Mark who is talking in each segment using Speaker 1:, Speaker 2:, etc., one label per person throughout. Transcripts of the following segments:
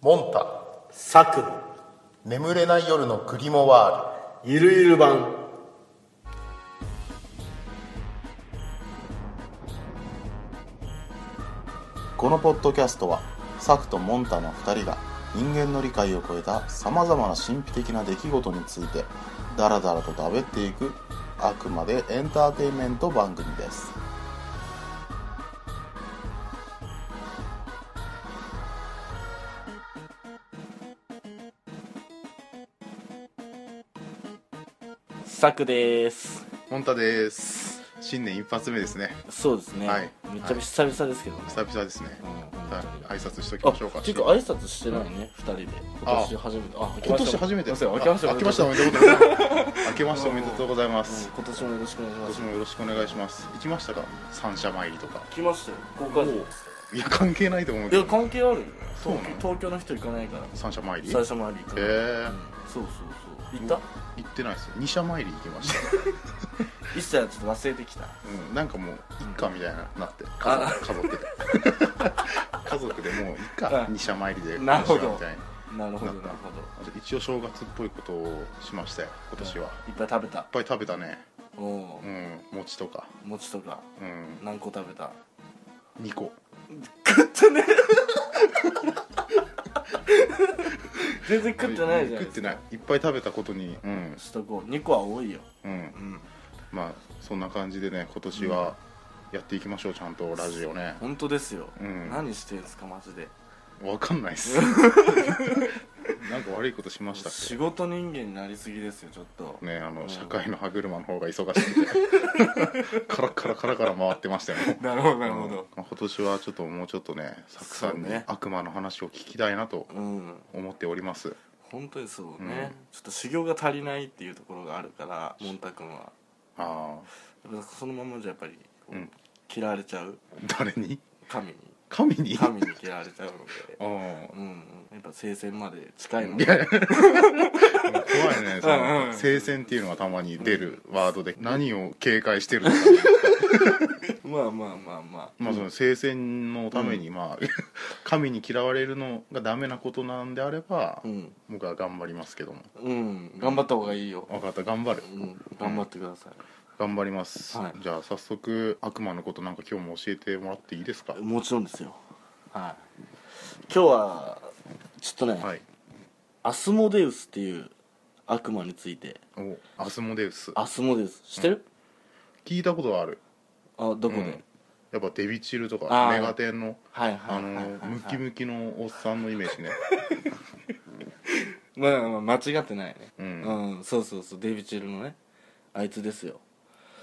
Speaker 1: モンタ
Speaker 2: 策
Speaker 1: 眠れない夜のクリモワ
Speaker 2: ゆるゆる版
Speaker 3: このポッドキャストはサクとモンタの2人が人間の理解を超えたさまざまな神秘的な出来事についてダラダラとだべっていくあくまでエンターテインメント番組です
Speaker 4: サクです
Speaker 3: モンタです新年一発目ですね
Speaker 4: そうですね、
Speaker 3: はい
Speaker 4: めっちゃ久々ですけどね、
Speaker 3: 久々ですね、
Speaker 4: うん
Speaker 3: はい、挨拶しとき
Speaker 4: あ
Speaker 3: ましょうか
Speaker 4: ていうか挨拶してないね、二人で今年初めてあ
Speaker 3: 今年初めて
Speaker 4: そう明けましてお
Speaker 3: あ
Speaker 4: め
Speaker 3: 明け
Speaker 4: でと
Speaker 3: ま
Speaker 4: う
Speaker 3: しておめでとうございます明けましておめでとうございま
Speaker 4: うん
Speaker 3: す
Speaker 4: 今年もよろしくお願いし
Speaker 3: 今
Speaker 4: ま
Speaker 3: 年
Speaker 4: す
Speaker 3: もよろしくお願いします行きましたか三社参りとか
Speaker 4: 来ましたよ公開
Speaker 3: いや関係ないと思う
Speaker 4: い
Speaker 3: け
Speaker 4: や
Speaker 3: ど
Speaker 4: 関係あるよ
Speaker 3: そう
Speaker 4: 東
Speaker 3: なの
Speaker 4: 京東京の人行かないから
Speaker 3: 三社参り
Speaker 4: 最初もあり行かない、
Speaker 3: えー
Speaker 4: うんそうそうそう行った、
Speaker 3: 行ってないですよ二社参り行きました
Speaker 4: 一切ちょっと忘れてきた
Speaker 3: うん、なんかもう一家みたいななって
Speaker 4: あ
Speaker 3: 家族家族 で家族でもう一家
Speaker 4: うん
Speaker 3: 二社参りで
Speaker 4: なるほど
Speaker 3: 一緒みたいな
Speaker 4: なるほど
Speaker 3: なった
Speaker 4: なるほど
Speaker 3: あと一応正月っぽいことをしましたよ今年は、いっ
Speaker 4: いっぱい食べた
Speaker 3: ぱい食べたね
Speaker 4: おお
Speaker 3: う、ん餅とか
Speaker 4: 餅とか
Speaker 3: うん
Speaker 4: 何個食べた
Speaker 3: 2個
Speaker 4: 食ってね全然食ってないじゃん
Speaker 3: 食ってないいっぱい食べたことにうん
Speaker 4: しとこう2個は多いよ
Speaker 3: うん
Speaker 4: うん
Speaker 3: まあそんな感じでね今年はやっていきましょうちゃんとラジオね
Speaker 4: 本当ですよ、
Speaker 3: うん
Speaker 4: 何してんすかマジで
Speaker 3: わかんないっす なんか悪いことしましたっけ
Speaker 4: 仕事人間になりすぎですよちょっと、
Speaker 3: ねあの、
Speaker 4: うん
Speaker 3: 社会の歯車の方が忙しく てカラッカラカラカラ回ってましたよね
Speaker 4: なるほどなる
Speaker 3: う
Speaker 4: ほ
Speaker 3: んま
Speaker 4: ど
Speaker 3: あ今年はちょっともうちょっとねサクさんに
Speaker 4: そうね
Speaker 3: 悪魔の話を聞きたいなと
Speaker 4: うん、
Speaker 3: 思っております、
Speaker 4: 本当にそうね、
Speaker 3: うん
Speaker 4: ちょっと修行が足りないっていうところがあるからモンタ君は
Speaker 3: ああ
Speaker 4: やっぱそのままじゃやっぱり、こう
Speaker 3: うん
Speaker 4: 嫌われちゃう
Speaker 3: 誰に
Speaker 4: 神に
Speaker 3: 神に
Speaker 4: 神 に嫌われちゃうので
Speaker 3: ああ
Speaker 4: うんうんやっぱ聖戦まで近いの
Speaker 3: い
Speaker 4: で
Speaker 3: やいや怖いねそ
Speaker 4: うんう
Speaker 3: の
Speaker 4: ん
Speaker 3: 聖戦っていうのがたまに出るワードで何を警戒してる のか
Speaker 4: まあまあまあまあ
Speaker 3: まあその聖戦のためにまあ 神に嫌われるのがダメなことなんであれば
Speaker 4: うん
Speaker 3: 僕は頑張りますけども
Speaker 4: うん頑張った方がいいよ、
Speaker 3: 分かった頑張る
Speaker 4: うん、頑張ってください、
Speaker 3: 頑張ります、
Speaker 4: はい
Speaker 3: じゃあ早速悪魔のことなんか今日も教えてもらっていいですか
Speaker 4: もちろんですよはい今日はちょっとね、
Speaker 3: はい
Speaker 4: アスモデウスっていう悪魔について
Speaker 3: おアスモデウス
Speaker 4: アスモデウス知ってる、
Speaker 3: 聞いたことはある
Speaker 4: あどこで、
Speaker 3: うんやっぱデビチルとか
Speaker 4: あ
Speaker 3: メ
Speaker 4: ー
Speaker 3: ガテンの
Speaker 4: はいは
Speaker 3: あ
Speaker 4: いはいはい、はい
Speaker 3: のムキムキのおっさんのイメージね
Speaker 4: まあまあ間違ってないね
Speaker 3: う
Speaker 4: うんん、そうそうそうデイビチルのねあいつですよ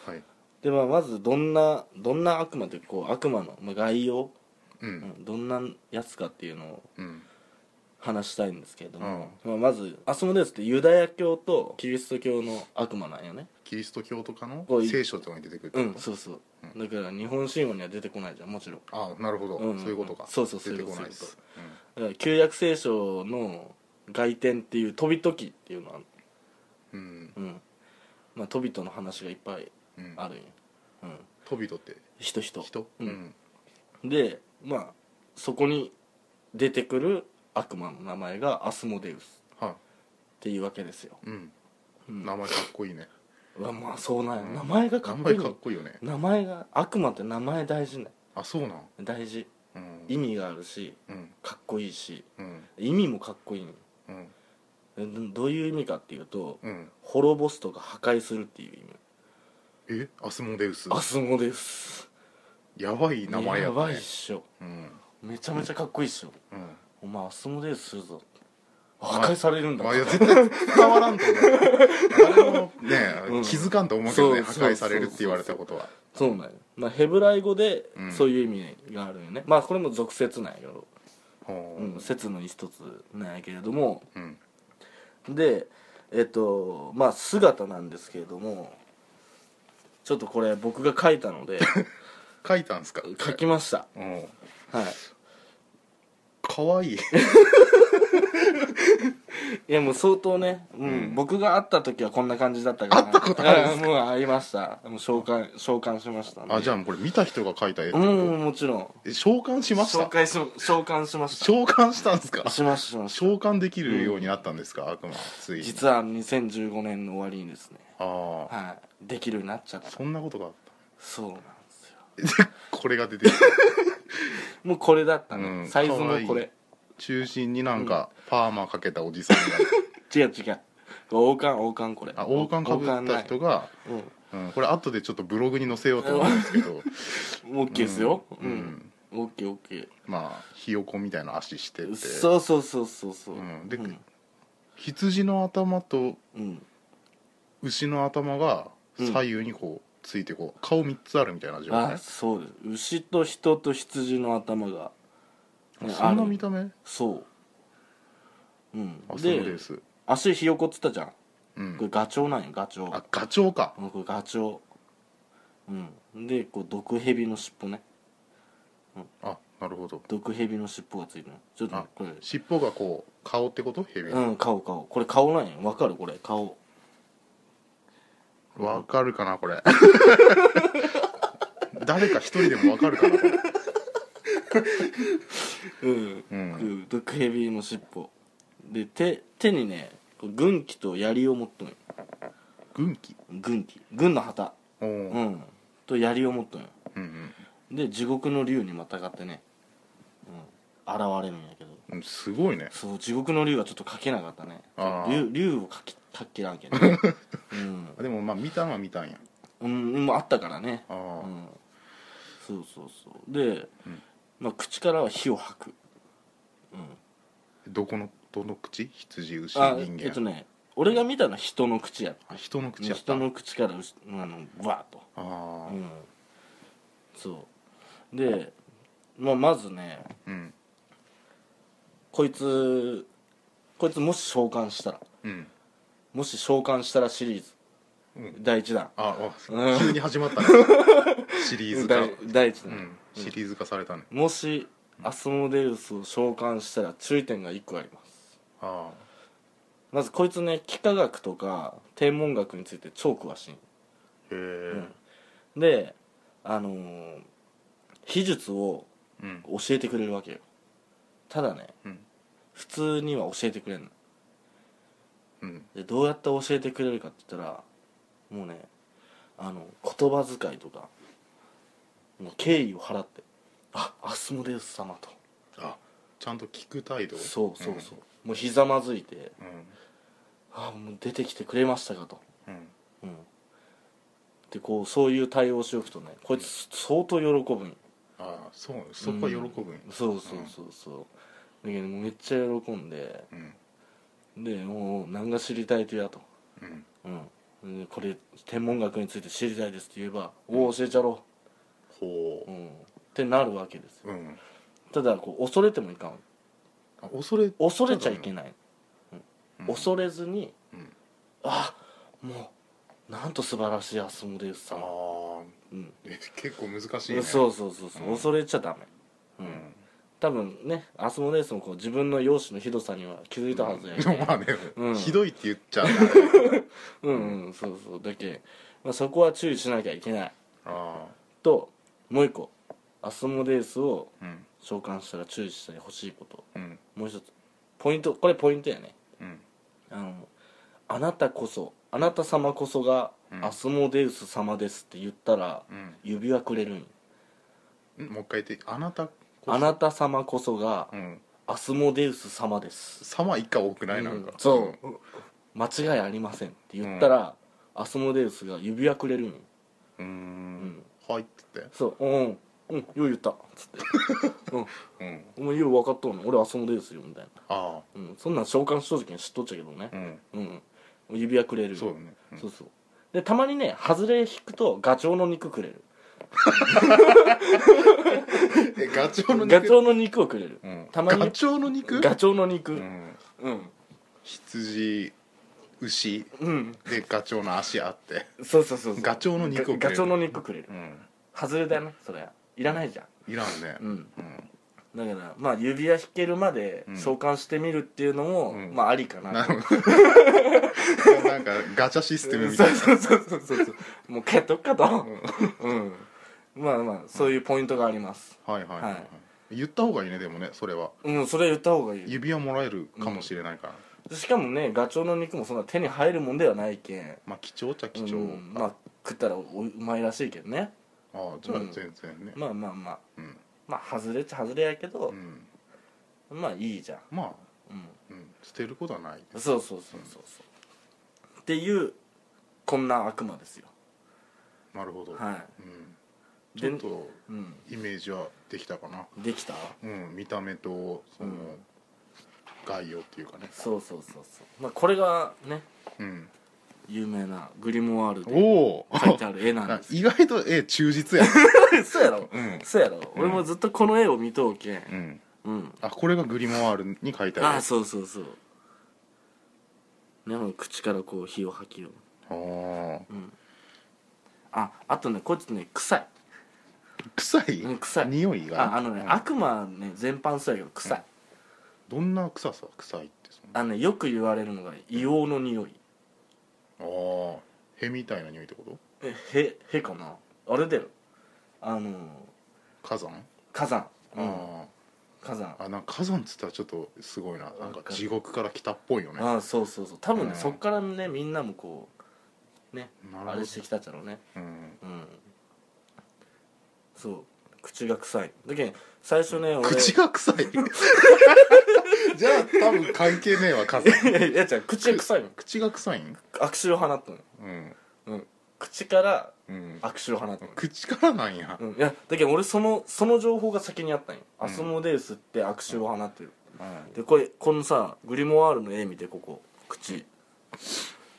Speaker 3: はい
Speaker 4: でまあまずどんなどんな悪魔というかこう悪魔の、まあ、概要、
Speaker 3: う
Speaker 4: うんん、どんなやつかっていうのを
Speaker 3: うん
Speaker 4: 話したいんですけれども、まあ、まずアスモデウスってユダヤ教とキリスト教の悪魔なんよね
Speaker 3: キリスト教とかの
Speaker 4: こうい
Speaker 3: 聖書とかに出てくるって
Speaker 4: う
Speaker 3: こ
Speaker 4: ん
Speaker 3: と
Speaker 4: そうそう、だから日本神話には出てこないじゃんもちろん
Speaker 3: あなるほど、
Speaker 4: うんうん
Speaker 3: そういうことか
Speaker 4: そうそう
Speaker 3: 出てこないで
Speaker 4: そういう
Speaker 3: す
Speaker 4: こ
Speaker 3: うん
Speaker 4: だから旧約聖書の外典っていう「飛び時」っていうのは、
Speaker 3: うん
Speaker 4: うんまあ、飛人の話がいっぱい
Speaker 3: うん
Speaker 4: あるんよ、うん、
Speaker 3: 飛人って
Speaker 4: 人人
Speaker 3: 人
Speaker 4: う
Speaker 3: うんん
Speaker 4: でまあそこに出てくる悪魔の名前がアスモデウス
Speaker 3: は
Speaker 4: っていうわけですよ、
Speaker 3: いうん
Speaker 4: うん、
Speaker 3: 名前かっこいいね
Speaker 4: うわまあそうなんや、名前がか
Speaker 3: 名
Speaker 4: っこい
Speaker 3: 前
Speaker 4: い
Speaker 3: かっこいいよね
Speaker 4: 名前が悪魔って名前大事ね
Speaker 3: あそうなん
Speaker 4: 大事
Speaker 3: うん
Speaker 4: 意味があるし
Speaker 3: うん
Speaker 4: かっこいいし
Speaker 3: うん
Speaker 4: 意味もかっこいいの
Speaker 3: うん
Speaker 4: えどどういう意味かっていうと
Speaker 3: うん
Speaker 4: 滅ぼすとか破壊するっていう意味
Speaker 3: えアスモデウス
Speaker 4: アスモデウス
Speaker 3: やばい名前や
Speaker 4: や
Speaker 3: った
Speaker 4: ば
Speaker 3: ね
Speaker 4: いっしょ
Speaker 3: うん
Speaker 4: めちゃめちゃかっこいいっしょ
Speaker 3: うん
Speaker 4: お前アスモデウスするぞ破壊されるんだ
Speaker 3: まあいや絶対伝わらんと思う誰も
Speaker 4: う
Speaker 3: ね
Speaker 4: ん
Speaker 3: 気づかんと思うけどね
Speaker 4: そう
Speaker 3: 破
Speaker 4: そう
Speaker 3: 壊されるって言われたことは
Speaker 4: そうなんよ、まあ、ヘブライ語で
Speaker 3: うん
Speaker 4: そういう意味があるよね、まあこれも俗説なんやけど、
Speaker 3: ほ
Speaker 4: うん、説の一つなんやけれども
Speaker 3: ううん
Speaker 4: でえっとまあ姿なんですけれどもちょっとこれ僕が書いた ので
Speaker 3: 書いたんすか
Speaker 4: 書きました
Speaker 3: うん
Speaker 4: はい
Speaker 3: かわいい
Speaker 4: いやもう相当ね、うん僕が会った時はこんな感じだったから会ったことあるもうありましたもう召喚召喚しましたんで
Speaker 3: あじゃあもうこれ見た人が描いた絵、
Speaker 4: うんもちろん
Speaker 3: え召喚しまし
Speaker 4: 紹
Speaker 3: た
Speaker 4: 介し召喚しました
Speaker 3: 召喚したんですか
Speaker 4: しましたしました
Speaker 3: 召喚できるようになったんですか、悪魔ついに
Speaker 4: 実は2015年の終わりにですね
Speaker 3: ああ、
Speaker 4: はいできるようになっちゃった
Speaker 3: そんなことがあっ
Speaker 4: そうなんですよ
Speaker 3: た でこれが出てきた
Speaker 4: もうこれだったね、
Speaker 3: うん
Speaker 4: サイズもこ
Speaker 3: かわい
Speaker 4: れ
Speaker 3: い中心になんかパーマかけたおじさんが、
Speaker 4: 違う違う王冠王冠これ
Speaker 3: あ王冠かぶった人が、
Speaker 4: 王冠
Speaker 3: うん、これ後でちょっとブログに載せようと思うんですけど
Speaker 4: ないうんオッケーですよう
Speaker 3: うん
Speaker 4: んオッケーオッケ
Speaker 3: まあひよこみたいな足してて
Speaker 4: ーそうそうそうそうそう
Speaker 3: う、
Speaker 4: うん
Speaker 3: で、
Speaker 4: ん
Speaker 3: 羊の頭と
Speaker 4: うん
Speaker 3: 牛の頭が左右にこうついてこう顔3つあるみたいな状態
Speaker 4: あそうです牛と人と羊の頭がね
Speaker 3: そんな
Speaker 4: ある
Speaker 3: 見た目
Speaker 4: そううん
Speaker 3: あそう
Speaker 4: で
Speaker 3: です
Speaker 4: 足ひよこっつったじゃん
Speaker 3: う
Speaker 4: これ
Speaker 3: ん
Speaker 4: ガチョウなんやガチョウ
Speaker 3: あガチョウか
Speaker 4: うんこれガチョウうんでこう毒蛇の尻尾ね
Speaker 3: あなるほど
Speaker 4: 毒蛇の尻尾がついてるちょっとね
Speaker 3: あ
Speaker 4: これ
Speaker 3: 尻尾がこう顔ってこと蛇
Speaker 4: うん顔顔これ顔なんやわかるこれ顔
Speaker 3: わかるかなこれ 誰か一人でもわかるか なこれ
Speaker 4: うん
Speaker 3: うん
Speaker 4: 毒蛇の尻尾で手手にねこう軍旗と槍を持ってんのよ
Speaker 3: 軍旗
Speaker 4: 軍旗軍の旗
Speaker 3: おお
Speaker 4: う
Speaker 3: うん
Speaker 4: んと槍を持ってんのよ
Speaker 3: うん
Speaker 4: で地獄の竜にまたがってね、うん、現れるんやけど
Speaker 3: うんすごいね
Speaker 4: そう地獄の竜はちょっと描けなかったね
Speaker 3: あー
Speaker 4: 竜竜を描きたっけらんけ ど、ね、
Speaker 3: あでもまあ見たんは見たんや
Speaker 4: うん、うん、もうあったからね
Speaker 3: あ
Speaker 4: う
Speaker 3: ー
Speaker 4: んそうそうそうで、まあ、口からは火を吐く
Speaker 3: どこのどの口羊牛
Speaker 4: あ
Speaker 3: 人
Speaker 4: えっと
Speaker 3: 間
Speaker 4: ね俺が見たのは人の口や
Speaker 3: あ人の口やった
Speaker 4: 人の口からうしあのわーっと
Speaker 3: あ
Speaker 4: うんそうで、まあ、まずね
Speaker 3: あうん
Speaker 4: こいつこいつもし召喚したら
Speaker 3: うん
Speaker 4: もし召喚したらシリーズ、
Speaker 3: う
Speaker 4: 第1弾
Speaker 3: あ
Speaker 4: うん
Speaker 3: あ急に始まった ねシリーズ化
Speaker 4: 第第1
Speaker 3: う
Speaker 4: 弾、
Speaker 3: んシリーズ化されたね
Speaker 4: もしアスモデウスを召喚したら注意点が1個あります
Speaker 3: あ
Speaker 4: まずこいつね幾何学とか天文学について超詳し
Speaker 3: あへえ
Speaker 4: いであのー秘術を
Speaker 3: うん
Speaker 4: 教えてくれるわけよただね
Speaker 3: うん
Speaker 4: 普通には教えてくれんの
Speaker 3: うん
Speaker 4: でどうやって教えてくれるかって言ったらもうねあの言葉遣いとかもう敬意を払って「あアスモデウス様と
Speaker 3: あちゃんと聞く態」度
Speaker 4: そうそうそう、もうひざまずいて
Speaker 3: うん
Speaker 4: 「あもう出てきてくれましたか」と。
Speaker 3: うん
Speaker 4: うんでこうそういう対応をしておくとねこいつ相当喜ぶん
Speaker 3: ああそうそこは喜ぶんや
Speaker 4: そうそうそうそうだけどもうめっちゃ喜んで
Speaker 3: うん
Speaker 4: でもう何が知りたいとやと
Speaker 3: うん
Speaker 4: うんでこれ天文学について知りたいですって言えば「おお教えちゃろ
Speaker 3: ほ
Speaker 4: う」うん、ってなるわけです
Speaker 3: う
Speaker 4: よ
Speaker 3: うん
Speaker 4: ただこう恐れてもいかん
Speaker 3: あ恐れ
Speaker 4: 恐れちゃいけない、
Speaker 3: うん
Speaker 4: 恐れずに
Speaker 3: うん
Speaker 4: 「あもうなんと素晴らしいアスモデウス
Speaker 3: あ
Speaker 4: 様
Speaker 3: あ」
Speaker 4: うん
Speaker 3: え結構難しいね
Speaker 4: そうそうそうそう、
Speaker 3: うん
Speaker 4: 恐れちゃダメ
Speaker 3: う
Speaker 4: うん
Speaker 3: ん
Speaker 4: 多分ねアスモデウスもこう自分の容姿のひどさには気づいたはずやけ、
Speaker 3: まあね
Speaker 4: うん
Speaker 3: ひどいって言っちゃうね
Speaker 4: うんうんそうそうだけ、まあ、そこは注意しなきゃいけない
Speaker 3: あ
Speaker 4: ともう一個アスモデウスを
Speaker 3: あうん
Speaker 4: 召喚したら注意してほしいこと
Speaker 3: うん
Speaker 4: もう一つポイントこれポイントやね
Speaker 3: うん
Speaker 4: あのあなたこそあなた様こそが
Speaker 3: うん
Speaker 4: アスモデウス様ですって言ったら、
Speaker 3: うん
Speaker 4: 指輪くれるんよ
Speaker 3: んもう一回言ってあなたこそ
Speaker 4: あなた様こそが
Speaker 3: うん
Speaker 4: アスモデウス様です
Speaker 3: 様一回多くないなんか
Speaker 4: うんそう間違いありませんって言ったら、アスモデウスが指輪くれるんよ
Speaker 3: うーんはいって言っ
Speaker 4: そううんうんよう言ったっ つって「うん
Speaker 3: てうん
Speaker 4: お前よう分かっとんの俺アスモデウスよ」みたいな、
Speaker 3: あ
Speaker 4: うん、そんなん召喚しとる時に知っとっちゃけどね
Speaker 3: あうん
Speaker 4: うん、うん、指輪くれる
Speaker 3: そうだねうん
Speaker 4: そうそうでたまにね外れ引くとガチョウの肉くれる
Speaker 3: えガチョウの
Speaker 4: ガチ
Speaker 3: 肉
Speaker 4: ョウの肉をくれる、
Speaker 3: うん
Speaker 4: たまに
Speaker 3: ガチョウの肉
Speaker 4: ガチョウの肉う、
Speaker 3: うんん
Speaker 4: うん
Speaker 3: 羊牛でガチョウの足あって
Speaker 4: そうそうそうそう
Speaker 3: ガチョウの肉をくれる
Speaker 4: ガガチョウの肉くれる
Speaker 3: うん
Speaker 4: 外れだよねそれいらないじゃん
Speaker 3: いらんね
Speaker 4: うん
Speaker 3: うん
Speaker 4: だからまあ指輪引けるまで
Speaker 3: うん
Speaker 4: 召喚してみるっていうのも、
Speaker 3: うん
Speaker 4: まあありかな
Speaker 3: な
Speaker 4: と
Speaker 3: るほどなんかガチャシステムみ
Speaker 4: そ
Speaker 3: たいうな
Speaker 4: そうそうそうそうもう一回やっとくかとうん、まあまあそういうポイントがあります
Speaker 3: はいはいはい、は、
Speaker 4: はい
Speaker 3: 言った方がいいねでもねそれは
Speaker 4: うんそれ言った方がいい
Speaker 3: 指輪もらえるかもしれないから、
Speaker 4: しかもねガチョウの肉もそんな手に入るもんではないけん
Speaker 3: まあ貴重っちゃ貴重、
Speaker 4: うんまあ食ったらおうまいらしいけどね
Speaker 3: ああじゃあ
Speaker 4: うん
Speaker 3: 全然ね
Speaker 4: まあまあまあ
Speaker 3: うん、
Speaker 4: まあ外れっちゃ外れやけど
Speaker 3: う、ん、
Speaker 4: まあいいじゃん、
Speaker 3: まあ、
Speaker 4: う
Speaker 3: うん、捨てることはない
Speaker 4: ん、そうそうそうそうそうっていうこんな悪魔ですよ
Speaker 3: なるほど、
Speaker 4: は
Speaker 3: うん、
Speaker 4: い
Speaker 3: ち
Speaker 4: で
Speaker 3: ょっと
Speaker 4: うん
Speaker 3: イメージはできたかな
Speaker 4: できた
Speaker 3: うん見た目とその、
Speaker 4: うん
Speaker 3: 概要っていうかね
Speaker 4: そうそうそうそうまあこれがね
Speaker 3: うん
Speaker 4: 有名なグリモワールで
Speaker 3: おお
Speaker 4: 描いてある絵な んです
Speaker 3: 意外と絵忠実や ね
Speaker 4: そうやろ
Speaker 3: うん、
Speaker 4: そうやろ俺もずっとこの絵を見とうけん
Speaker 3: うん、
Speaker 4: うん
Speaker 3: あこれがグリモワールに書いてある
Speaker 4: ああそうそうそうねもう口からこう火を吐きよ
Speaker 3: あー
Speaker 4: ああとねこいつね臭い
Speaker 3: 臭い、
Speaker 4: うん臭い
Speaker 3: 匂いが
Speaker 4: ああのね、
Speaker 3: うん
Speaker 4: 悪魔ね全般そうやけど臭い、
Speaker 3: どんな臭さ臭いってそ
Speaker 4: あのねよく言われるのが硫黄の匂い
Speaker 3: のああ屁みたいな匂いってこと
Speaker 4: えへへかなあれだよあの
Speaker 3: 火山、
Speaker 4: 火山、うん、
Speaker 3: あ
Speaker 4: 火山
Speaker 3: ああなんか火山っつったらちょっとすごいななん
Speaker 4: わ
Speaker 3: か
Speaker 4: かる
Speaker 3: 地獄から来たっぽいよね
Speaker 4: ああそうそうそう多分ね、
Speaker 3: うん
Speaker 4: そっからねみんなもこうね
Speaker 3: なる
Speaker 4: あ
Speaker 3: ほど
Speaker 4: れしてきたっちゃろうね
Speaker 3: うん
Speaker 4: うんそう口が臭いだけど最初ね俺
Speaker 3: 口が臭いじゃあ多分関係ねえわ火山
Speaker 4: いやいや違う口が臭いの
Speaker 3: 口が臭いん
Speaker 4: 悪臭を放ったのよ
Speaker 3: うん
Speaker 4: うん口から
Speaker 3: うん
Speaker 4: 悪臭を放ったの
Speaker 3: 口からなんや、
Speaker 4: うん、いやだけど俺そのその情報が先にあったんよ、アスモデウスって悪臭を放って
Speaker 3: う
Speaker 4: る、
Speaker 3: ん
Speaker 4: でこれこのさグリモワールの絵見てここ口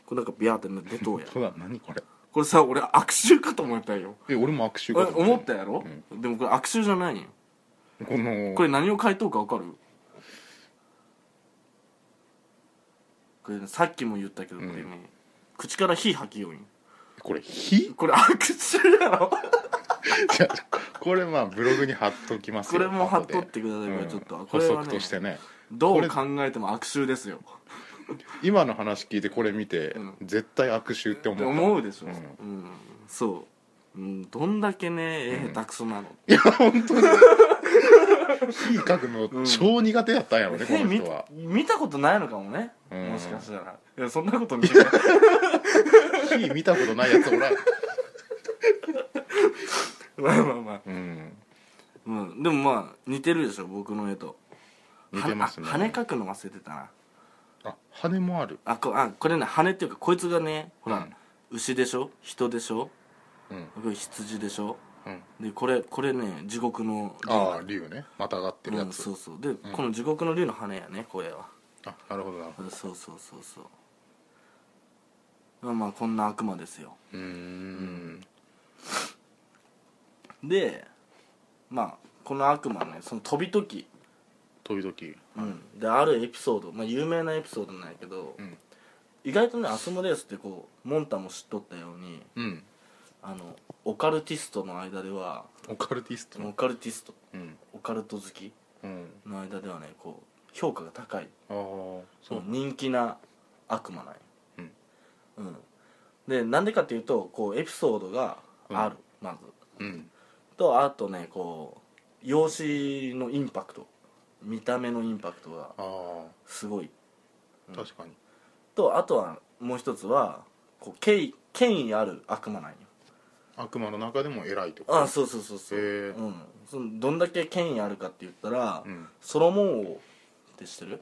Speaker 4: これなんかビャーって出とうやん
Speaker 3: そうだ何これ
Speaker 4: これさ俺悪臭かと思ったんよ
Speaker 3: え俺も握手
Speaker 4: 俺
Speaker 3: かと
Speaker 4: 思ったやろ、でもこれ悪臭じゃないんよ
Speaker 3: この
Speaker 4: これ何を書いとうか分かるこれねさっきも言ったけどこれね、口から火吐きようんよ
Speaker 3: これ火
Speaker 4: これ悪臭や ろ
Speaker 3: じゃあこれまあブログに貼っときます
Speaker 4: こ
Speaker 3: よ
Speaker 4: れも貼っとっ
Speaker 3: 後で
Speaker 4: てくださいこれちょっと、
Speaker 3: うん
Speaker 4: これ
Speaker 3: 補
Speaker 4: は
Speaker 3: 足として
Speaker 4: ね
Speaker 3: ね
Speaker 4: どう考えても悪臭ですよ
Speaker 3: 今の話聞いてこれ見て、
Speaker 4: ん
Speaker 3: 絶対悪臭って思った
Speaker 4: 思うでしょ、
Speaker 3: う
Speaker 4: うんんそう、うん、どんだけね
Speaker 3: うん
Speaker 4: 下手くそなの、
Speaker 3: いや本当に 火書くの超苦手やったんやろね、
Speaker 4: 手
Speaker 3: この
Speaker 4: 見
Speaker 3: 人は
Speaker 4: 見たことないのかもね、
Speaker 3: うん
Speaker 4: もしかしたらいやそんなこと見ない
Speaker 3: 火見たことないやつおらん、
Speaker 4: まあまあまあ、
Speaker 3: うん、
Speaker 4: うん、でもまあ似てるでしょ僕の絵と
Speaker 3: 似てますね
Speaker 4: はあ羽描くの忘れてたな
Speaker 3: あ羽もある、
Speaker 4: あこあこれね羽っていうかこいつがねほら、
Speaker 3: うん
Speaker 4: 牛でしょ人でしょ
Speaker 3: うん
Speaker 4: これ羊でしょ
Speaker 3: うん、
Speaker 4: でこれこれね地獄の竜
Speaker 3: ああ竜ねまたがってるや
Speaker 4: うん、
Speaker 3: つ、
Speaker 4: そうそうで、この地獄の竜の羽やねこれは
Speaker 3: あなるほどなるほ
Speaker 4: うんそうそうそうそうまあまあこんな悪魔ですよ
Speaker 3: どうーん
Speaker 4: でまあこの悪魔ねその飛び時、
Speaker 3: 時々
Speaker 4: うん、であるエピソード、まあ、有名なエピソードなんやけど、
Speaker 3: ん
Speaker 4: 意外とねアスモデウスってこうモンタも知っとったように
Speaker 3: うん
Speaker 4: あのオカルティストの間では
Speaker 3: オカルティスト
Speaker 4: オカルティスト
Speaker 3: うん
Speaker 4: オカルト好き
Speaker 3: うん
Speaker 4: の間ではねこう評価が高い
Speaker 3: ああそう
Speaker 4: 人気な悪魔なんよ
Speaker 3: うん
Speaker 4: うん、でなんでかっていうとこうエピソードがある、まず
Speaker 3: うん
Speaker 4: とあとねこう容姿のインパクト見た目のインパクトが
Speaker 3: ああ
Speaker 4: すごい
Speaker 3: 確かに
Speaker 4: とあとはもう一つはこう権威権威ある悪魔なんよ
Speaker 3: 悪魔の中でも偉いとか
Speaker 4: あそうそうそうそう、
Speaker 3: へえ
Speaker 4: うん、そのどんだけ権威あるかって言ったら、
Speaker 3: うん
Speaker 4: ソロモン王って知ってる、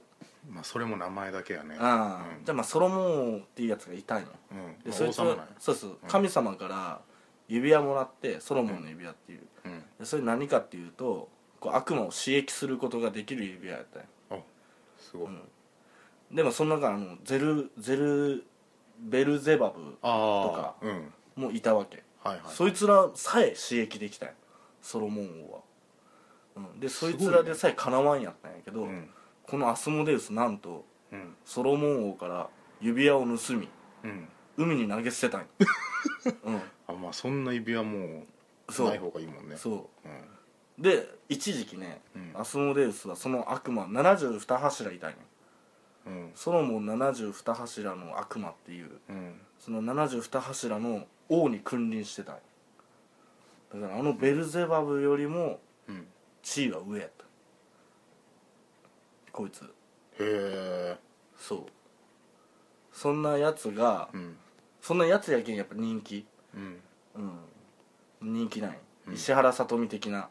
Speaker 3: まあそれも名前だけやね
Speaker 4: ああ、
Speaker 3: うん
Speaker 4: じゃあまあソロモン王っていうやつがいたんよ
Speaker 3: うん
Speaker 4: で
Speaker 3: まあ
Speaker 4: そい
Speaker 3: 王
Speaker 4: つ
Speaker 3: 様なんや
Speaker 4: そうそう、神様から指輪もらってソロモンの指輪っていう、
Speaker 3: うん
Speaker 4: でそれ何かっていうとこう悪魔を刺激することができる指輪やったんよ
Speaker 3: あすごい
Speaker 4: んでもその中あのゼルゼルベルゼバブ
Speaker 3: ああうん
Speaker 4: もいたわけ、
Speaker 3: はいはい
Speaker 4: そいつらさえ刺激できたんよソロモン王は、うん、でそいつらでさえかなわんやったんやけど、
Speaker 3: うん
Speaker 4: このアスモデウスなんと
Speaker 3: うん
Speaker 4: ソロモン王から指輪を盗み
Speaker 3: うん
Speaker 4: 海に投げ捨てたん よ、うん、
Speaker 3: あまあそんな指輪もう
Speaker 4: そう
Speaker 3: ない方がいいもんね
Speaker 4: そう
Speaker 3: うん
Speaker 4: で一時期ね、
Speaker 3: うん
Speaker 4: アスモデウスはその悪魔72柱いたんよ
Speaker 3: うん
Speaker 4: ソロモン72柱の悪魔っていう
Speaker 3: うん
Speaker 4: その72柱の王に君臨してたんよだからあのベルゼバブよりも
Speaker 3: うん
Speaker 4: 地位は上やったこいつ
Speaker 3: へえ
Speaker 4: そうそんなやつが、
Speaker 3: うん
Speaker 4: そんなやつやけんやっぱ人気
Speaker 3: うん
Speaker 4: うん人気ない、
Speaker 3: うん
Speaker 4: 石原さとみ的な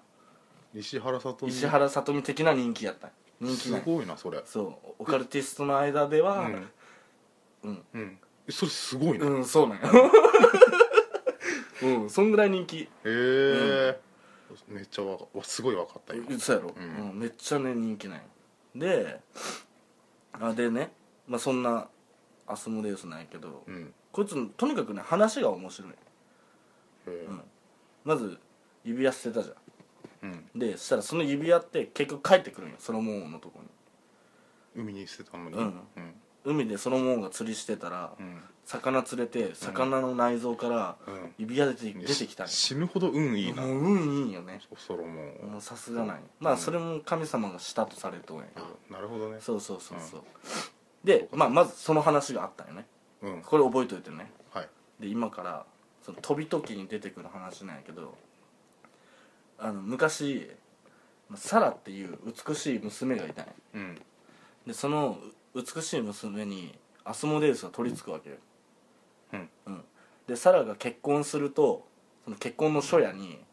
Speaker 3: 石原さとみ
Speaker 4: 石原さとみ的な人気やった人気
Speaker 3: す
Speaker 4: ない
Speaker 3: ごいなそれ
Speaker 4: そうオカルティストの間では
Speaker 3: うん
Speaker 4: うん、
Speaker 3: うんえそれすごいな
Speaker 4: う
Speaker 3: へ
Speaker 4: んそ うなんやうんそんぐらい人気
Speaker 3: えめっちゃわかわすごいわかった今
Speaker 4: そうやろ、
Speaker 3: うん
Speaker 4: うんめっちゃね人気ないであでね、まあ、そんなアスモデウスなんやけど、
Speaker 3: うん
Speaker 4: こいつとにかくね話が面白い
Speaker 3: へえ
Speaker 4: うんまず指輪捨てたじゃん
Speaker 3: うん
Speaker 4: でそしたらその指輪って結局帰ってくるんよソロモン王のとこに
Speaker 3: 海に捨てたのに
Speaker 4: う
Speaker 3: うんん
Speaker 4: 海でソロモン王が釣りしてたら、
Speaker 3: うん
Speaker 4: 魚釣れて魚の内臓から
Speaker 3: うん
Speaker 4: 指輪出て出てきたんよ
Speaker 3: し死ぬほど運いいな
Speaker 4: もう運いいよね
Speaker 3: ソロモ
Speaker 4: も
Speaker 3: ン
Speaker 4: うさすがないまあそれも神様がしたとされるとんやけど
Speaker 3: なるほどね
Speaker 4: そうそうそうそう、
Speaker 3: そう
Speaker 4: で、
Speaker 3: か
Speaker 4: まあ、まずその話があったよね
Speaker 3: うん
Speaker 4: これ覚えといてね
Speaker 3: はい
Speaker 4: で今からその飛び時に出てくる話なんやけどあの昔まあサラっていう美しい娘がいたんや
Speaker 3: うん
Speaker 4: でそのう美しい娘にアスモデウスが取り付くわけよ、
Speaker 3: うん
Speaker 4: うん、でサラが結婚するとその結婚の初夜に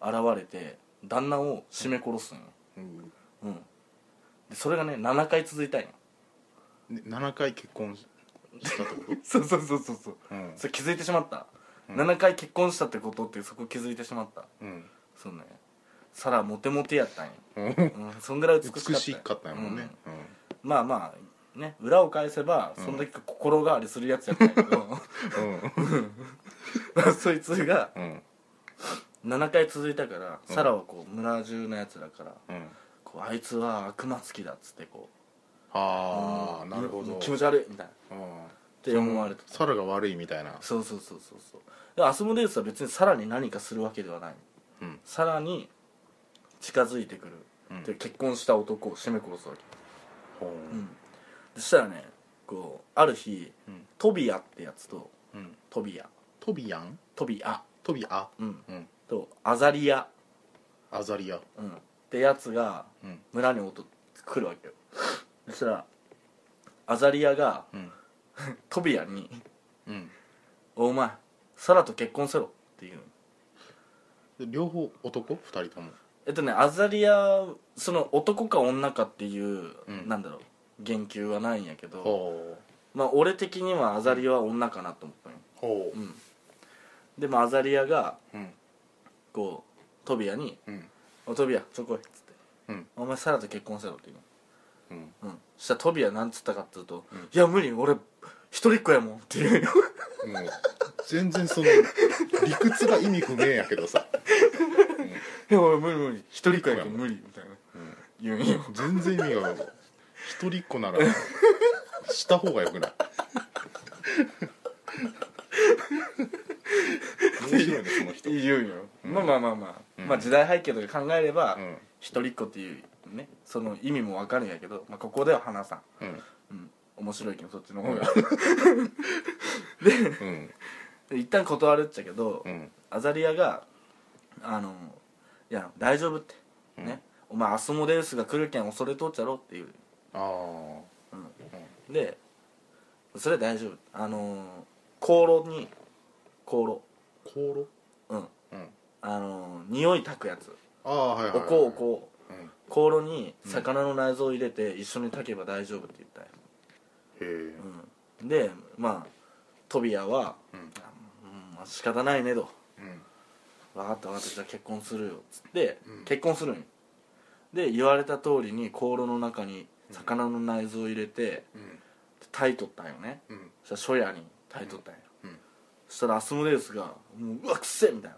Speaker 4: 現れて旦那を絞め殺すんよ、
Speaker 3: うん
Speaker 4: うん、でそれがね7回続いたんよ
Speaker 3: ね7回結婚したってこ
Speaker 4: そうそうそうそうそう
Speaker 3: とうん
Speaker 4: それ気づいてしまった、7回結婚したってことってそこ気づいてしまった
Speaker 3: うん
Speaker 4: そうねサラモテモテやったんよ、
Speaker 3: うん
Speaker 4: うん、そんぐらい美しかった
Speaker 3: 美しかったんやもん
Speaker 4: う
Speaker 3: ねうん
Speaker 4: まあまあね裏を返せばそんだけ心変わりするやつやったんやけど、 そいつが
Speaker 3: うんうん
Speaker 4: 7回続いたから、サラはこう村中のやつだから
Speaker 3: うん
Speaker 4: こうあいつは悪魔つきだっつってこう
Speaker 3: ああ
Speaker 4: うん
Speaker 3: なるほ
Speaker 4: う
Speaker 3: ど
Speaker 4: ん気持ち悪いみたいなっ
Speaker 3: うん
Speaker 4: て思われてた
Speaker 3: 猿が悪いみたいな
Speaker 4: そうそうそうそうそうでもアスモデウスは別にさらに何かするわけではない
Speaker 3: うん
Speaker 4: さらに近づいてくる、
Speaker 3: うん
Speaker 4: で結婚した男を絞め殺すわけ
Speaker 3: ほう
Speaker 4: うんそしたらねこうある日、
Speaker 3: うん
Speaker 4: トビアってやつと
Speaker 3: うん
Speaker 4: トビア
Speaker 3: トビアン
Speaker 4: トビア、
Speaker 3: トビア
Speaker 4: うん、
Speaker 3: うん
Speaker 4: とアザリア、
Speaker 3: アザリア
Speaker 4: うん、ってやつが
Speaker 3: うん
Speaker 4: 村におと来るわけよそしたらアザリアが
Speaker 3: うん
Speaker 4: トビアに
Speaker 3: うん
Speaker 4: 「お前サラと結婚せろ」っていう
Speaker 3: で両方男二人とも
Speaker 4: えっとねアザリアその男か女かっていう、
Speaker 3: うん
Speaker 4: なんだろう言及はないんやけど
Speaker 3: ほ
Speaker 4: まあ俺的にはアザリアは女かなと思ったんよ
Speaker 3: うほ
Speaker 4: うんでもアザリアが
Speaker 3: ううん
Speaker 4: こうトビアに
Speaker 3: うん
Speaker 4: 「おトビアちょこい」っつって
Speaker 3: うん
Speaker 4: 「お前サラと結婚せろ」って言うの
Speaker 3: うん
Speaker 4: うん、そしたらトビアなんつったかっつうと「いや無理俺一人っ子やもん」って いうよ
Speaker 3: もう全然その理屈が意味不明やけどさ
Speaker 4: いや俺無理無理一人っ子やけど無理」みたいな、
Speaker 3: ん
Speaker 4: 言うんよ
Speaker 3: 全然意味が一人っ子ならした方がよくない面白いねその人
Speaker 4: 言うんよ、まあまあまあまあ、まあ時代背景とか考えれば、
Speaker 3: うん
Speaker 4: 一人っ子っていうねその意味もわかるんやけど、まあ、ここでは話さ
Speaker 3: う
Speaker 4: ん、
Speaker 3: ん
Speaker 4: うん、面白いけどそっちの方が
Speaker 3: うん
Speaker 4: で 一旦断るっちゃけど、
Speaker 3: うん
Speaker 4: アザリアが「あのいや大丈夫」って、ねお前アスモデウスが来るけん恐れとっちゃろっていう
Speaker 3: ああ
Speaker 4: でそれは大丈夫あのー、香炉に香炉
Speaker 3: 香炉
Speaker 4: うん
Speaker 3: うん
Speaker 4: あのー、匂い炊くやつ
Speaker 3: ああはいはい、はい、
Speaker 4: お香お香
Speaker 3: うんへ
Speaker 4: 香炉に魚の内臓を入れて一緒に炊けば大丈夫って言ったんや
Speaker 3: え
Speaker 4: うんでまあトビアは、
Speaker 3: うん
Speaker 4: うんまあ、仕方ないねと
Speaker 3: うん
Speaker 4: 分かった分かったじゃあ結婚するよっつって、結婚するんよで言われた通りに香炉の中に魚の内臓を入れて
Speaker 3: うん
Speaker 4: 炊いとったんよね、
Speaker 3: うん
Speaker 4: そしたら初夜に耐えとったんや、
Speaker 3: うんうん
Speaker 4: そしたらアスモデウスが「もううわくせえ!」みたいな、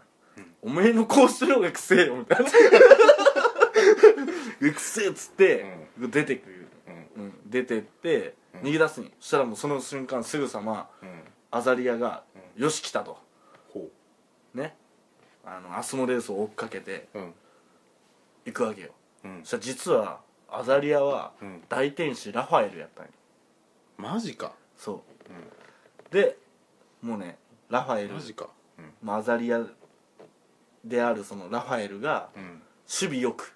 Speaker 4: おめえのこうしてる方がくせえよ」み たいな「うわくせえ!」っつって、出てくる、
Speaker 3: うん
Speaker 4: うん出てって逃げ出すんよそしたらもうその瞬間すぐさま
Speaker 3: うん
Speaker 4: アザリアが「よし来た」と
Speaker 3: ほ
Speaker 4: ねあのアスモデウスを追っかけて
Speaker 3: ううん
Speaker 4: 行くわけよ
Speaker 3: うん
Speaker 4: そしたら実はアザリアは
Speaker 3: うん
Speaker 4: 大天使ラファエルやったんよ
Speaker 3: マジか
Speaker 4: そ
Speaker 3: う
Speaker 4: う、
Speaker 3: ん
Speaker 4: でもうねラファエル
Speaker 3: マジかうん
Speaker 4: まあアザリアであるそのラファエルが
Speaker 3: うん
Speaker 4: 守備よく、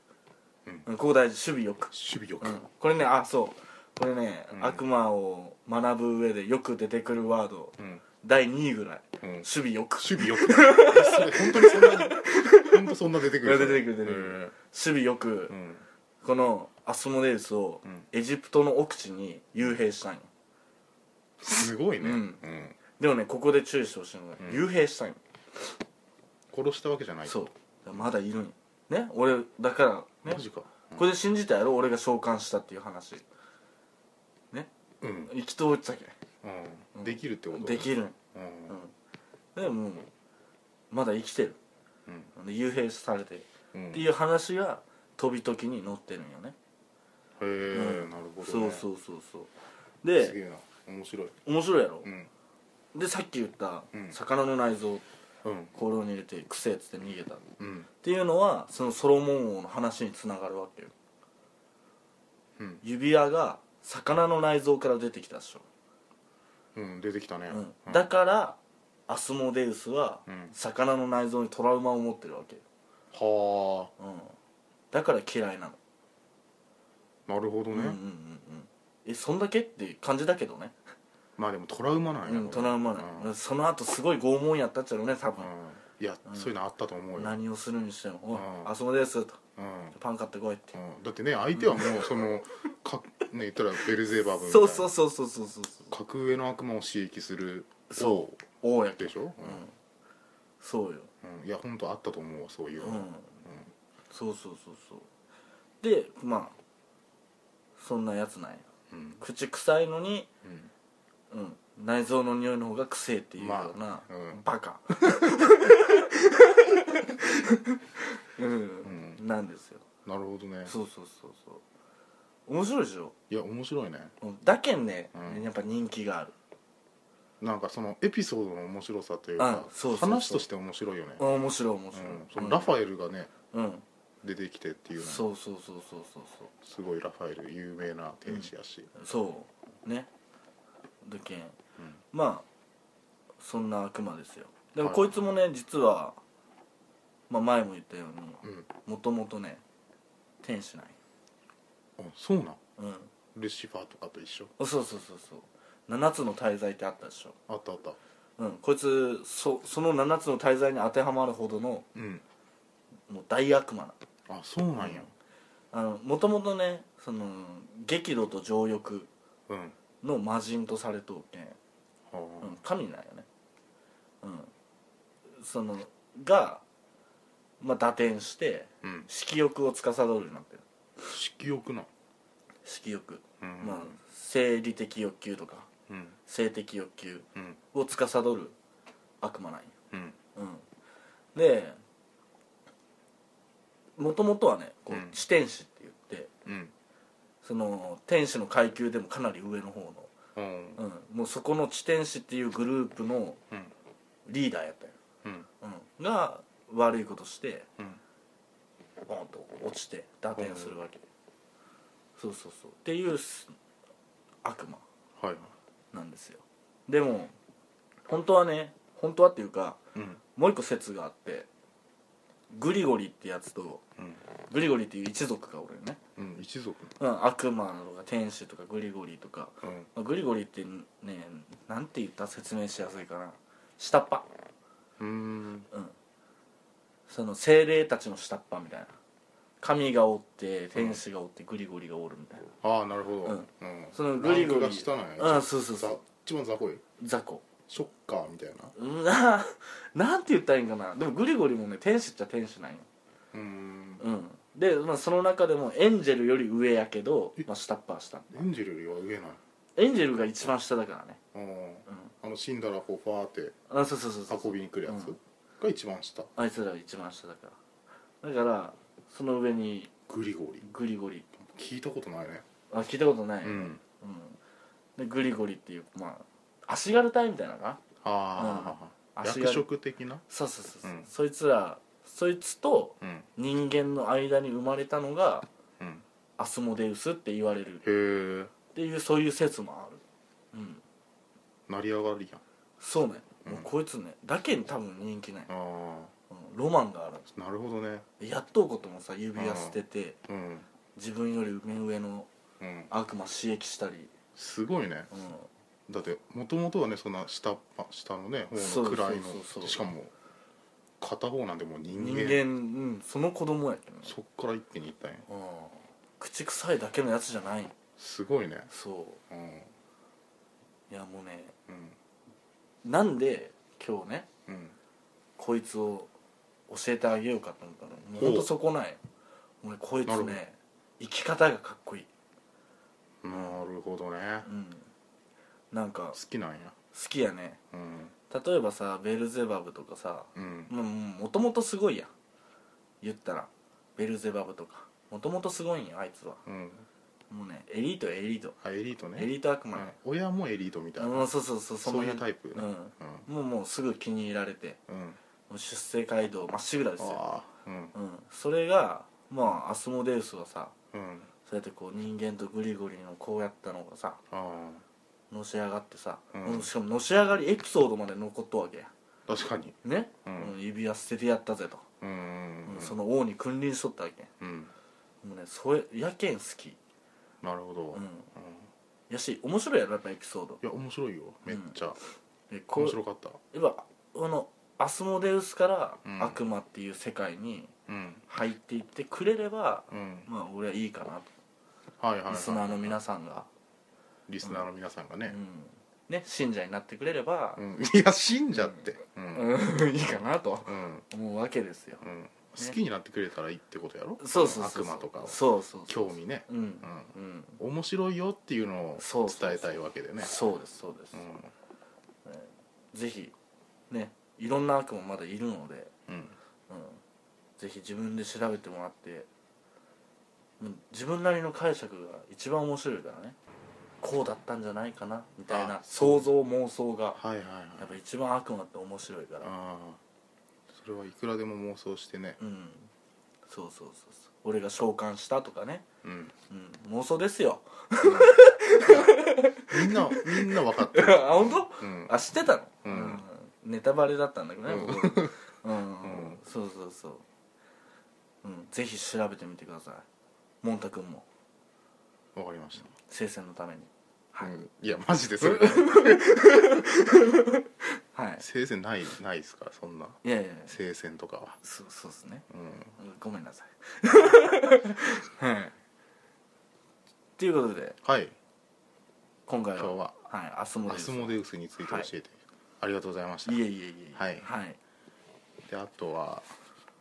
Speaker 3: うん
Speaker 4: うんここ大事守備よく、
Speaker 3: 守備よく
Speaker 4: うん、これねあそうこれね、
Speaker 3: うん
Speaker 4: 悪魔を学ぶ上でよく出てくるワード
Speaker 3: うん
Speaker 4: 第2位ぐらい
Speaker 3: うん
Speaker 4: 守備よく
Speaker 3: 守備よくえそれ本当にそんなに本当そんな出てくる
Speaker 4: いや出てくる出てく
Speaker 3: る
Speaker 4: 守備よく、
Speaker 3: うん
Speaker 4: このアスモデウスを
Speaker 3: うん
Speaker 4: エジプトの奥地に幽閉したんよ
Speaker 3: すごいね
Speaker 4: う
Speaker 3: うんん
Speaker 4: でもねここで注意してほしいのが、
Speaker 3: うん
Speaker 4: 幽閉したんよ、
Speaker 3: 殺したわけじゃない
Speaker 4: そうまだいるんよね俺だからね
Speaker 3: マジか
Speaker 4: これで信じたやろ俺が召喚したっていう話
Speaker 3: うん
Speaker 4: 行き通ってたけ
Speaker 3: うんできるってこと
Speaker 4: できるんよ
Speaker 3: うん
Speaker 4: うん、でもうまだ生きてる、で幽閉されてる、
Speaker 3: うん
Speaker 4: っていう話が飛び時に載ってるんよね
Speaker 3: へ
Speaker 4: う
Speaker 3: え
Speaker 4: ん
Speaker 3: なるほどね
Speaker 4: そうそうそうそう
Speaker 3: す
Speaker 4: で
Speaker 3: げえな面白い
Speaker 4: 面白いやろ
Speaker 3: う、ん
Speaker 4: でさっき言った
Speaker 3: うん
Speaker 4: 魚の内臓を
Speaker 3: うん
Speaker 4: 香料に入れてくせえっつって逃げたっ
Speaker 3: うん
Speaker 4: ていうのはそのソロモン王の話につながるわけよ
Speaker 3: うん
Speaker 4: 指輪が魚の内臓から出てきたでしょ、
Speaker 3: うん出てきたね
Speaker 4: うん
Speaker 3: うん
Speaker 4: だからアスモデウスは
Speaker 3: うん
Speaker 4: 魚の内臓にトラウマを持ってるわけよ、
Speaker 3: は
Speaker 4: うん、だから嫌いなの
Speaker 3: あなるほど
Speaker 4: うんうん
Speaker 3: ね
Speaker 4: うんうんえそんだけって感じだけどね、
Speaker 3: まあでもトラウマなんや
Speaker 4: うん、
Speaker 3: これ
Speaker 4: トラウマな
Speaker 3: う
Speaker 4: の
Speaker 3: ん
Speaker 4: その後すごい拷問やったっちゃろうね多分、
Speaker 3: うんいやそういうのあったと思うよ
Speaker 4: 何をするにしても「おい、
Speaker 3: うん
Speaker 4: あそこです」と
Speaker 3: うん
Speaker 4: 「パン買ってこい」って
Speaker 3: うんだってね相手はもうそのか ね言ったらベルゼーバブみたい
Speaker 4: そ
Speaker 3: な
Speaker 4: うそうそうそうそうそう
Speaker 3: 格上の悪魔を刺激する
Speaker 4: そう王やけ
Speaker 3: でしょ
Speaker 4: うんそうよ、
Speaker 3: うんいや本当あったと思うわそういううんの
Speaker 4: そうそうそうそうでまあそんなやつなんや
Speaker 3: うん
Speaker 4: 口臭いのに、
Speaker 3: うん
Speaker 4: うん、内臓の匂いの方が臭えっていうような
Speaker 3: ま、あうん
Speaker 4: バ カうん、
Speaker 3: うん
Speaker 4: なんですよ
Speaker 3: なるほどね
Speaker 4: そうそうそうそう面白いでしょ
Speaker 3: いや面白いね
Speaker 4: うんだけんね、
Speaker 3: うん
Speaker 4: やっぱ人気がある
Speaker 3: なんかそのエピソードの面白さというか
Speaker 4: あそうそうそう
Speaker 3: 話として面白いよね
Speaker 4: あ面白い面
Speaker 3: う
Speaker 4: 白い、
Speaker 3: んそのラファエルがね
Speaker 4: うん、
Speaker 3: 出てきてっていうのは
Speaker 4: そうそうそうそうそうそう
Speaker 3: すごいラファエル有名な天使やし
Speaker 4: そうねだけん、
Speaker 3: ん
Speaker 4: まあそんな悪魔ですよでも
Speaker 3: はい
Speaker 4: こいつもね実は、まあ、前も言ったよう
Speaker 3: う
Speaker 4: に
Speaker 3: ん
Speaker 4: もともとね天使なんよ
Speaker 3: あそうなん
Speaker 4: うん
Speaker 3: ルシファーとかと一緒
Speaker 4: あそうそうそうそう7つの大罪ってあったでしょ
Speaker 3: あったあった
Speaker 4: うんこいつそその7つの大罪に当てはまるほどの
Speaker 3: うん
Speaker 4: もう大悪魔な
Speaker 3: あそうなんや
Speaker 4: あのもともとねその激怒と情欲
Speaker 3: うん
Speaker 4: の魔人とされとうけん
Speaker 3: は
Speaker 4: うん、神なんよねうんそのが、まあ、打点して
Speaker 3: あうん
Speaker 4: 色欲を司るようになってる
Speaker 3: 色欲な
Speaker 4: 色欲、
Speaker 3: うん
Speaker 4: まあ生理的欲求とか
Speaker 3: うん
Speaker 4: 性的欲求
Speaker 3: うん
Speaker 4: を司る悪魔なんよ、
Speaker 3: うん
Speaker 4: うん、でもともとはねこ
Speaker 3: うん
Speaker 4: う地天使って言って、
Speaker 3: うん
Speaker 4: その天使の階級でもかなり上の方
Speaker 3: うん
Speaker 4: の、うん、もうそこの地天使っていうグループの
Speaker 3: うん
Speaker 4: リーダーやったよ
Speaker 3: うん
Speaker 4: うん、が悪いことして
Speaker 3: うん
Speaker 4: ボンと落ちて打点するわけ、そうそうそうっていうす悪魔
Speaker 3: はい
Speaker 4: なんですよでも本当はね本当はっていうか
Speaker 3: うん
Speaker 4: もう一個説があってグリゴリってやつと
Speaker 3: うん
Speaker 4: グリゴリっていう一族がおるよね、
Speaker 3: うん一族
Speaker 4: うん、悪魔とか天使とかグリゴリとか、
Speaker 3: うん
Speaker 4: まあグリゴリってねなんて言ったら説明しやすいかな下っ端
Speaker 3: うーん
Speaker 4: その精霊たちの下っ端みたいな神がおって天使がおってグリゴリがおるみたいな
Speaker 3: ああなるほど、
Speaker 4: うん
Speaker 3: うん
Speaker 4: そのグリゴリ
Speaker 3: ランクが下なんや
Speaker 4: うんそうそうそう
Speaker 3: ざ一番雑魚い
Speaker 4: 雑魚
Speaker 3: ショッカーみたいな
Speaker 4: うんななんて言ったらいいんかなでもグリゴリもね天使っちゃ天使なんよ
Speaker 3: うーん
Speaker 4: うんで、まあ、その中でもエンジェルより上やけど、まあ、下っ端は下
Speaker 3: エンジェルよりは上ない
Speaker 4: エンジェルが一番下だからね
Speaker 3: うんあの死んだらこうファーって
Speaker 4: あそうそうそうそう
Speaker 3: 運びに来るやつ
Speaker 4: うん
Speaker 3: が一番下
Speaker 4: あいつらが一番下だからだからその上に
Speaker 3: グリゴリ
Speaker 4: グリゴリ
Speaker 3: 聞いたことないね
Speaker 4: あ聞いたことない、
Speaker 3: うん
Speaker 4: うんでグリゴリっていうまあ足軽隊みたいなのかな
Speaker 3: ああ、
Speaker 4: 足が
Speaker 3: 役職的な
Speaker 4: そうそうそうそう、
Speaker 3: うん
Speaker 4: そいつらそいつと
Speaker 3: うん
Speaker 4: 人間の間に生まれたのが
Speaker 3: うん
Speaker 4: アスモデウスって言われる
Speaker 3: へえ
Speaker 4: っていうそういう説もあるうん
Speaker 3: 成り上がりやん
Speaker 4: そうね、
Speaker 3: うん
Speaker 4: もうこいつねだけに多分人気ない、
Speaker 3: あ
Speaker 4: うん、ロマンがあ
Speaker 3: あなるほどね
Speaker 4: るやっとうこともさ指輪捨てて
Speaker 3: うん
Speaker 4: 自分より目上の
Speaker 3: うん
Speaker 4: 悪魔刺激したり、
Speaker 3: すごいね
Speaker 4: う
Speaker 3: だってもともとはねそんな下っ端下のね方の位
Speaker 4: そうそうそうそ
Speaker 3: の
Speaker 4: う
Speaker 3: しかも片方なんてもう人
Speaker 4: ん、人
Speaker 3: 間
Speaker 4: 間うん、その子供やけどね
Speaker 3: そっから一気にいったんや
Speaker 4: うん、口臭いだけのやつじゃない
Speaker 3: すごいね
Speaker 4: そ
Speaker 3: うん
Speaker 4: ういやもうね
Speaker 3: うん
Speaker 4: なんで今日ね
Speaker 3: うん
Speaker 4: こいつを教えてあげようかと思ったのもうほんとそこないもうねこい
Speaker 3: な
Speaker 4: つ
Speaker 3: るほど
Speaker 4: ね生き方がかっこいい、
Speaker 3: なるほどね
Speaker 4: うん、なんか
Speaker 3: 好きなんや
Speaker 4: 好きやね
Speaker 3: うん
Speaker 4: 例えばさベルゼバブとかさ
Speaker 3: うん
Speaker 4: もうもともとすごいやん言ったらベルゼバブとかもともとすごいんやあいつは
Speaker 3: うん
Speaker 4: もうねエリートエリート
Speaker 3: あエリートね
Speaker 4: エリート悪魔
Speaker 3: うん
Speaker 4: ね、
Speaker 3: 親もエリートみたい
Speaker 4: うん、
Speaker 3: な
Speaker 4: そうそうそう
Speaker 3: そういう
Speaker 4: 辺
Speaker 3: タイプ
Speaker 4: う
Speaker 3: ね
Speaker 4: んもうもうすぐ気に入られて
Speaker 3: うんうん
Speaker 4: もう出世街道まっしぐらですよ、
Speaker 3: ああうん
Speaker 4: うん、それがまあアスモデウスはさ
Speaker 3: うん
Speaker 4: そうやってこう人間とグリゴリのこうやったのがさ
Speaker 3: あ
Speaker 4: のし上がってさ、
Speaker 3: うん
Speaker 4: うんしかものし上がりエピソードまで残っとわけや
Speaker 3: あ確かに
Speaker 4: ね、
Speaker 3: うん
Speaker 4: うん指輪捨ててやったぜと、
Speaker 3: うんうん
Speaker 4: うん
Speaker 3: うん
Speaker 4: その王に君臨しとったわけ
Speaker 3: うん
Speaker 4: もうねそれやけん好き
Speaker 3: なるほど
Speaker 4: うん
Speaker 3: うん
Speaker 4: やし面白いやろやっぱエピソード
Speaker 3: いや面白いよめっちゃ、
Speaker 4: でこ
Speaker 3: 面白
Speaker 4: う
Speaker 3: かった
Speaker 4: やっぱこのアスモデウスか
Speaker 3: うん
Speaker 4: ら悪魔っていう世界に
Speaker 3: うん
Speaker 4: 入っていってくれれば、
Speaker 3: うん
Speaker 4: まあ俺はいいかなと、
Speaker 3: はいはい、はい、
Speaker 4: リスナーの皆さんが、
Speaker 3: リスナーの皆さんが
Speaker 4: う
Speaker 3: ね、
Speaker 4: んね信者になってくれれば
Speaker 3: う、ん いや信者ってうん
Speaker 4: うんいいかなと
Speaker 3: うん、
Speaker 4: 思うわけですよ、
Speaker 3: うん、好きになってくれたらいいってことやろ
Speaker 4: そうそうそう
Speaker 3: 悪魔とかを
Speaker 4: そうそうそう
Speaker 3: 興味ね、
Speaker 4: うんうん
Speaker 3: う、ん、面白いよっていうの
Speaker 4: そう
Speaker 3: を
Speaker 4: そうそう
Speaker 3: 伝えたいわけでね
Speaker 4: そうですそうです、ぜひねいろんな悪魔まだいるので、
Speaker 3: うん、うん、
Speaker 4: うん、ぜひ自分で調べてもらってうん自分なりの解釈が一番面白いからねこうだったんじゃないかなみたいな
Speaker 3: あ
Speaker 4: 想像妄想が
Speaker 3: はいはいはい
Speaker 4: やっぱ一番悪魔って面白いか
Speaker 3: あ
Speaker 4: ら
Speaker 3: あーそれはいくらでも妄想してね
Speaker 4: うんそうそうそうそう俺が召喚したとかね、
Speaker 3: うん
Speaker 4: うん、妄想ですよ
Speaker 3: みんなみんな分かって
Speaker 4: あ
Speaker 3: る
Speaker 4: 本当
Speaker 3: うん
Speaker 4: あ知ってたの、
Speaker 3: うん
Speaker 4: ネタバレだったんだけどね、
Speaker 3: うん
Speaker 4: 僕うん、
Speaker 3: うん
Speaker 4: そうそうそう、うん、ぜひ調べてみてくださいもんたくんも
Speaker 3: 分かりまし
Speaker 4: 聖戦のために
Speaker 3: た、
Speaker 4: はい、
Speaker 3: うん、いやマジで それ
Speaker 4: はい
Speaker 3: 聖戦ないないですからそんない
Speaker 4: やいやいや
Speaker 3: 聖戦とかは
Speaker 4: そうそうですね
Speaker 3: うん
Speaker 4: うんごめんなさい はいということで
Speaker 3: はい
Speaker 4: 今回
Speaker 3: 今日
Speaker 4: は、
Speaker 3: は
Speaker 4: はい、アスモ
Speaker 3: ア
Speaker 4: デウス
Speaker 3: スモデウスについて教えてありがとうございました
Speaker 4: いえ
Speaker 3: で
Speaker 4: いえいえいえ
Speaker 3: はい
Speaker 4: はい、
Speaker 3: あとは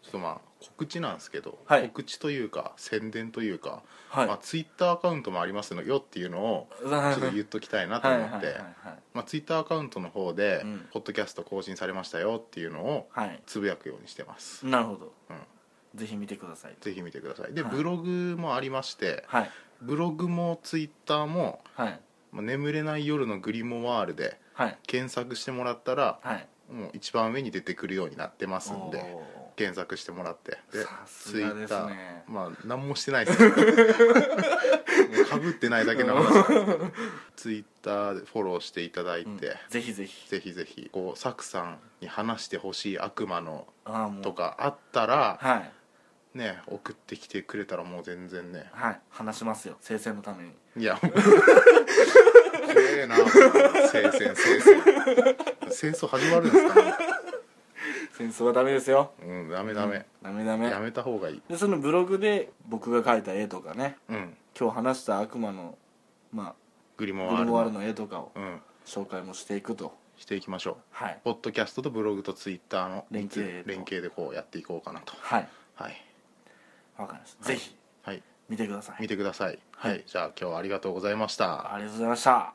Speaker 3: ちょっとまあ告知なんですけど
Speaker 4: はい
Speaker 3: 告知というか宣伝というか
Speaker 4: はい
Speaker 3: まあツイッターアカウントもありますのよっていうのをちょっと言っときたいなと
Speaker 4: はい
Speaker 3: 思
Speaker 4: はいは
Speaker 3: っ
Speaker 4: い
Speaker 3: てまあツイッターアカウントの方で
Speaker 4: うん
Speaker 3: ポッドキャスト更新されましたよっていうのを
Speaker 4: はい、はい、
Speaker 3: つぶやくようにしてます
Speaker 4: なるほど
Speaker 3: うん
Speaker 4: ぜひ見てください
Speaker 3: ぜひ見てくださいで
Speaker 4: はい
Speaker 3: ブログもありまして
Speaker 4: はい
Speaker 3: ブログもツイッターも
Speaker 4: はい
Speaker 3: 「まあ眠れない夜のグリモワール」で
Speaker 4: はい
Speaker 3: 検索してもらったら
Speaker 4: はい
Speaker 3: もう一番上に出てくるようになってますんで
Speaker 4: おー
Speaker 3: 検索してもらってで
Speaker 4: さす
Speaker 3: ツイ
Speaker 4: がで
Speaker 3: ッ
Speaker 4: す
Speaker 3: ター
Speaker 4: ね
Speaker 3: まあ何もしてない ですもうかぶってないだけの話 ツイッターでフォローしていただいて、
Speaker 4: うんぜひぜひ
Speaker 3: ぜひぜひこうサクさんに話してほしい悪魔の
Speaker 4: ああもう
Speaker 3: とかあったら
Speaker 4: はい
Speaker 3: ね送ってきてくれたらもう全然ね
Speaker 4: はい話しますよ聖戦のために
Speaker 3: いや もう怖えな聖戦聖戦 戦争始まるんですかね
Speaker 4: 戦争はダメですよ
Speaker 3: うんダメダメ、
Speaker 4: ダメダメ
Speaker 3: やめた方がいい
Speaker 4: でそのブログで僕が描いた絵とかね
Speaker 3: うん
Speaker 4: 今日話した悪魔のま
Speaker 3: グリモワ
Speaker 4: あ
Speaker 3: ー
Speaker 4: グリ
Speaker 3: ルド
Speaker 4: モワールの絵とかを
Speaker 3: うん
Speaker 4: 紹介もしていくと
Speaker 3: していきましょう
Speaker 4: はい
Speaker 3: ポッドキャストとブログとツイッターの
Speaker 4: 連携と
Speaker 3: 連携でこうやっていこうかなと
Speaker 4: はい
Speaker 3: はい、
Speaker 4: わかりましたぜひ
Speaker 3: はい、
Speaker 4: 見てください
Speaker 3: 見てください、はい
Speaker 4: はい
Speaker 3: じゃあ今日はありがとうございました
Speaker 4: ありがとうございました